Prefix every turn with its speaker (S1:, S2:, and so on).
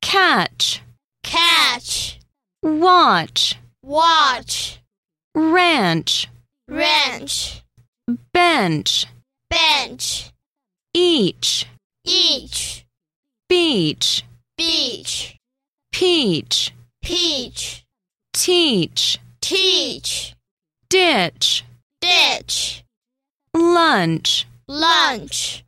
S1: catch,
S2: catch,
S1: watch,
S2: watch,
S1: ranch,
S2: wrench,
S1: bench,
S2: bench,
S1: each,
S2: each,
S1: beach,
S2: beach,
S1: peach,
S2: peach,
S1: teach,
S2: teach,
S1: ditch,
S2: ditch,
S1: lunch.
S2: lunch.